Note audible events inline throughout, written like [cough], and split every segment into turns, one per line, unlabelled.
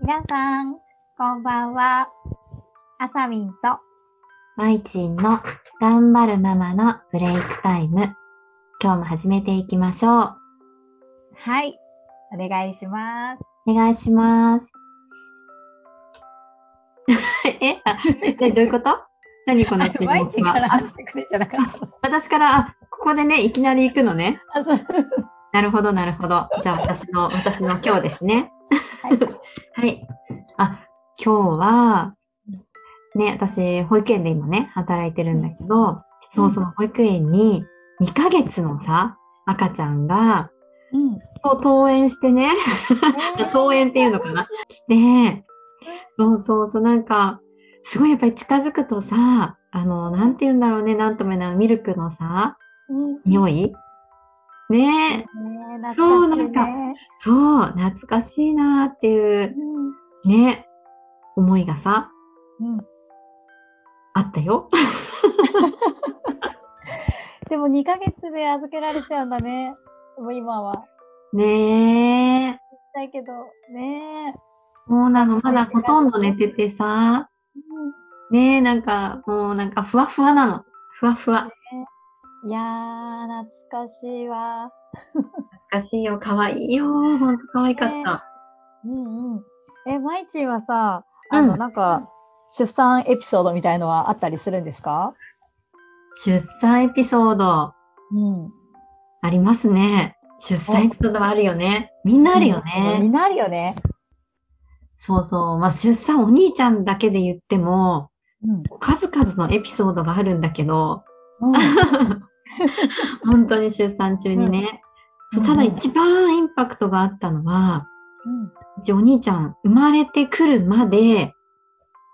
皆さん、こんばんは。あさみんと、
まいちんの頑張るママのブレイクタイム。今日も始めていきましょう。
はい、お願いします。
お願いします。 [laughs] えあえどういうこと何この
[laughs]
沈
毎日
黙
か
は
ら話してくれじゃなかっ
私から、あここでね、いきなり行くのね。
た。あそう
なるほど、なるほど。じゃあ、私 [laughs] の、私の今日ですね。 [laughs] はい。あ、今日は、ね、私、保育園で今ね、働いてるんだけど、そうそう、保育園に2ヶ月のさ、赤ちゃんが、
うん。
[laughs] そう登園して [laughs] ね、登園っていうのかな来て、そうそうそう、なんか、すごいやっぱり近づくとさ、あの、なんて言うんだろうね、なんとも言えない、ミルクのさ、
うん。
匂いねえ、
ね、
そう
懐かしい
な
ね。
そう、懐かしいなっていう、ね、思いがさ、
うん。うん。
あったよ。 [laughs]
でも2ヶ月で預けられちゃうんだね。もう今は。
ねえ、
だけど、ね
そうなの、まだほとんど寝ててさ、ねえ、なんか、もうなんかふわふわなの。ふわふわ。
うんいやー、懐かしいわ。
懐かしいよ、かわいいよ、ほんとかわいかった。
うんうん。え、まいちんはさ、あの、
うん
なんか、出産エピソードみたいのはあったりするんですか
出産エピソード、
うん。
ありますね。出産エピソードはあるよね。みんなあるよね。
みんなあるよね。
そうそう。まあ、出産お兄ちゃんだけで言っても、
うん。
数々のエピソードがあるんだけど、
うん、
[laughs] 本当に出産中にね。
うん
そうただ一番インパクトがあったのは、
うん
うちお兄ちゃん生まれてくるまで、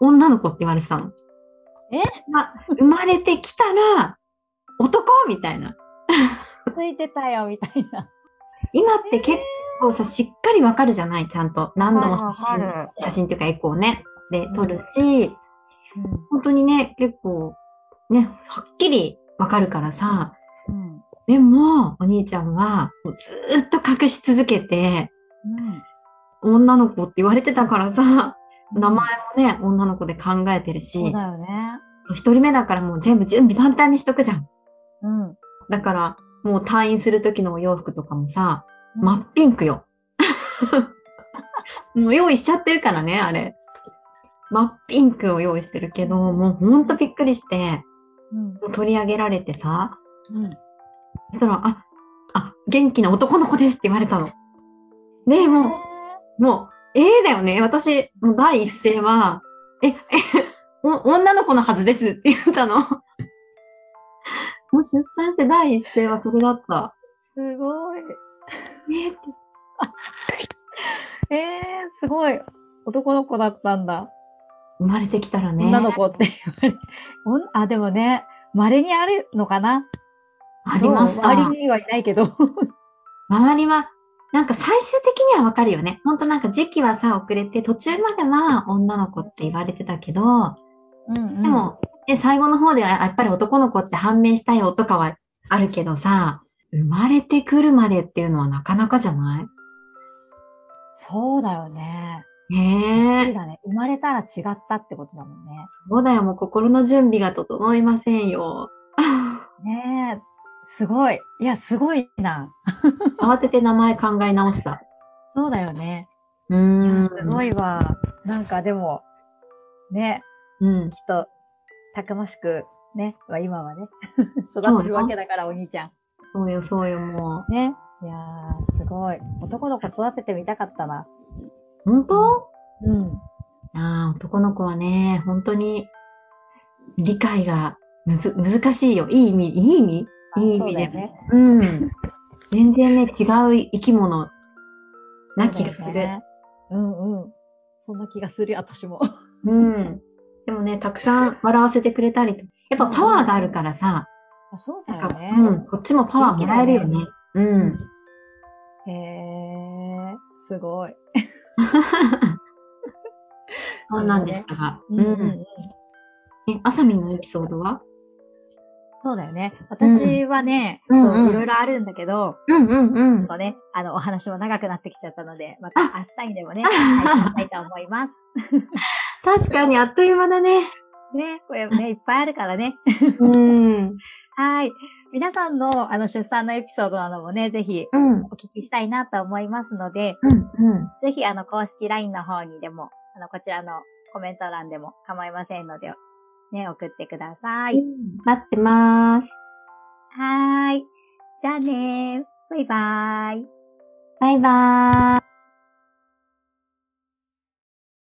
女の子って言われてたの。
え
ま生まれてきたら、男みたいな。
ついてたよ、みたいな。
今って結構さ、しっかりわかるじゃないちゃんと。何度も写真
わかる
写真っていうかエコーね。で、撮るし、
うん
本当にね、結構、ね、はっきりわかるからさ、
うん。
でも、お兄ちゃんは、もうずーっと隠し続けて、女の子って言われてたからさ、
うん
名前もね、女の子で考えてる
そう
し、
だよね。
一人目だからもう全部準備万端にしとくじゃん。
うん。
だから、もう退院する時のお洋服とかもさ、真っピンクよ。 [laughs] もう用意しちゃってるからね、あれ。真っピンクを用意してるけど、もうほんとびっくりして、
うん。
もう取り上げられてさ、
うん。
そしたら、あ、あ、元気な男の子ですって言われたの。で、もう、もう、ええだよね。私、もう第一声は、え、え、お女の子のはずですって言ったの。もう出産して第一声はそれだった。
すごい。
えー
えー、すごい。男の子だったんだ。
生まれてきたらね。
女の子って言われて。おんあ、でもね、稀にあるのかな
ありました。
周りにはいないけど。
周りは、なんか最終的にはわかるよね。ほんとなんか時期はさ、遅れて、途中までは女の子って言われてたけど、
うん、うん
でも、え最後の方ではやっぱり男の子って判明したよとかはあるけどさ、生まれてくるまでっていうのはなかなかじゃない
そうだよね。
ね
そう
え。
だね。生まれたら違ったってことだもんね。
そうだよ、もう心の準備が整いませ
[laughs]
んよ。
ねえ。すごい。いや、すごいな。
慌てて名前考え直した。
そうだよね。
う
い
ー
や
ん。
すごいわ。なんかでも、ね、
うん
き。っと、たくましく、ね、まあ今は
[laughs]
ね、
よ
育てるわけだから、お兄ちゃ
そうよ、そうよ、も
ん。ね。いやー、すごい。男の子育ててみたかったな。
う。本当
うん。
ああ、男の子はね、本当に、理解がむず、難しいよ。いい意味、いい意味
あ
いい意
そう
味
だ
で。
よね。
うん。全然ね、違う生き物な気がす
そう
る。
だよねうんうん。そんな気がする、私も。
うん。でもね、たくさん笑わせてくれたりと、やっぱパワーがあるからさ、
あそうだ
な
よ
んか、
ね。
うん、こっちもパワーもらえるよね。
[laughs]
うん。
へえ、すごい。
そんなんでしたが。
う
うん
うんうん
ん。え、あさみんのエピソードは
そうだよね。私はね、
うん
そうう、
ん
いろいろあるんだけど、
うんうんうん
ちょっ。とね、あの、お話も長くなってきちゃったので、また明日にでもね、配信したいと思います。 [laughs]
確かにあっという間だね。
ね、これもね、いっぱいあるからね。
うん。
はい。皆さんの、あの、出産のエピソードなどもね、ぜひ、
うん。うん
お聞きしたいなと思いますので、
うん。
ぜひ、あの、公式 LINE の方にでも、あの、こちらのコメント欄でも構いませんので、ね、送ってください。
待ってまーす。
はーい。じゃあねー。バイバーイ。
バイバーイ。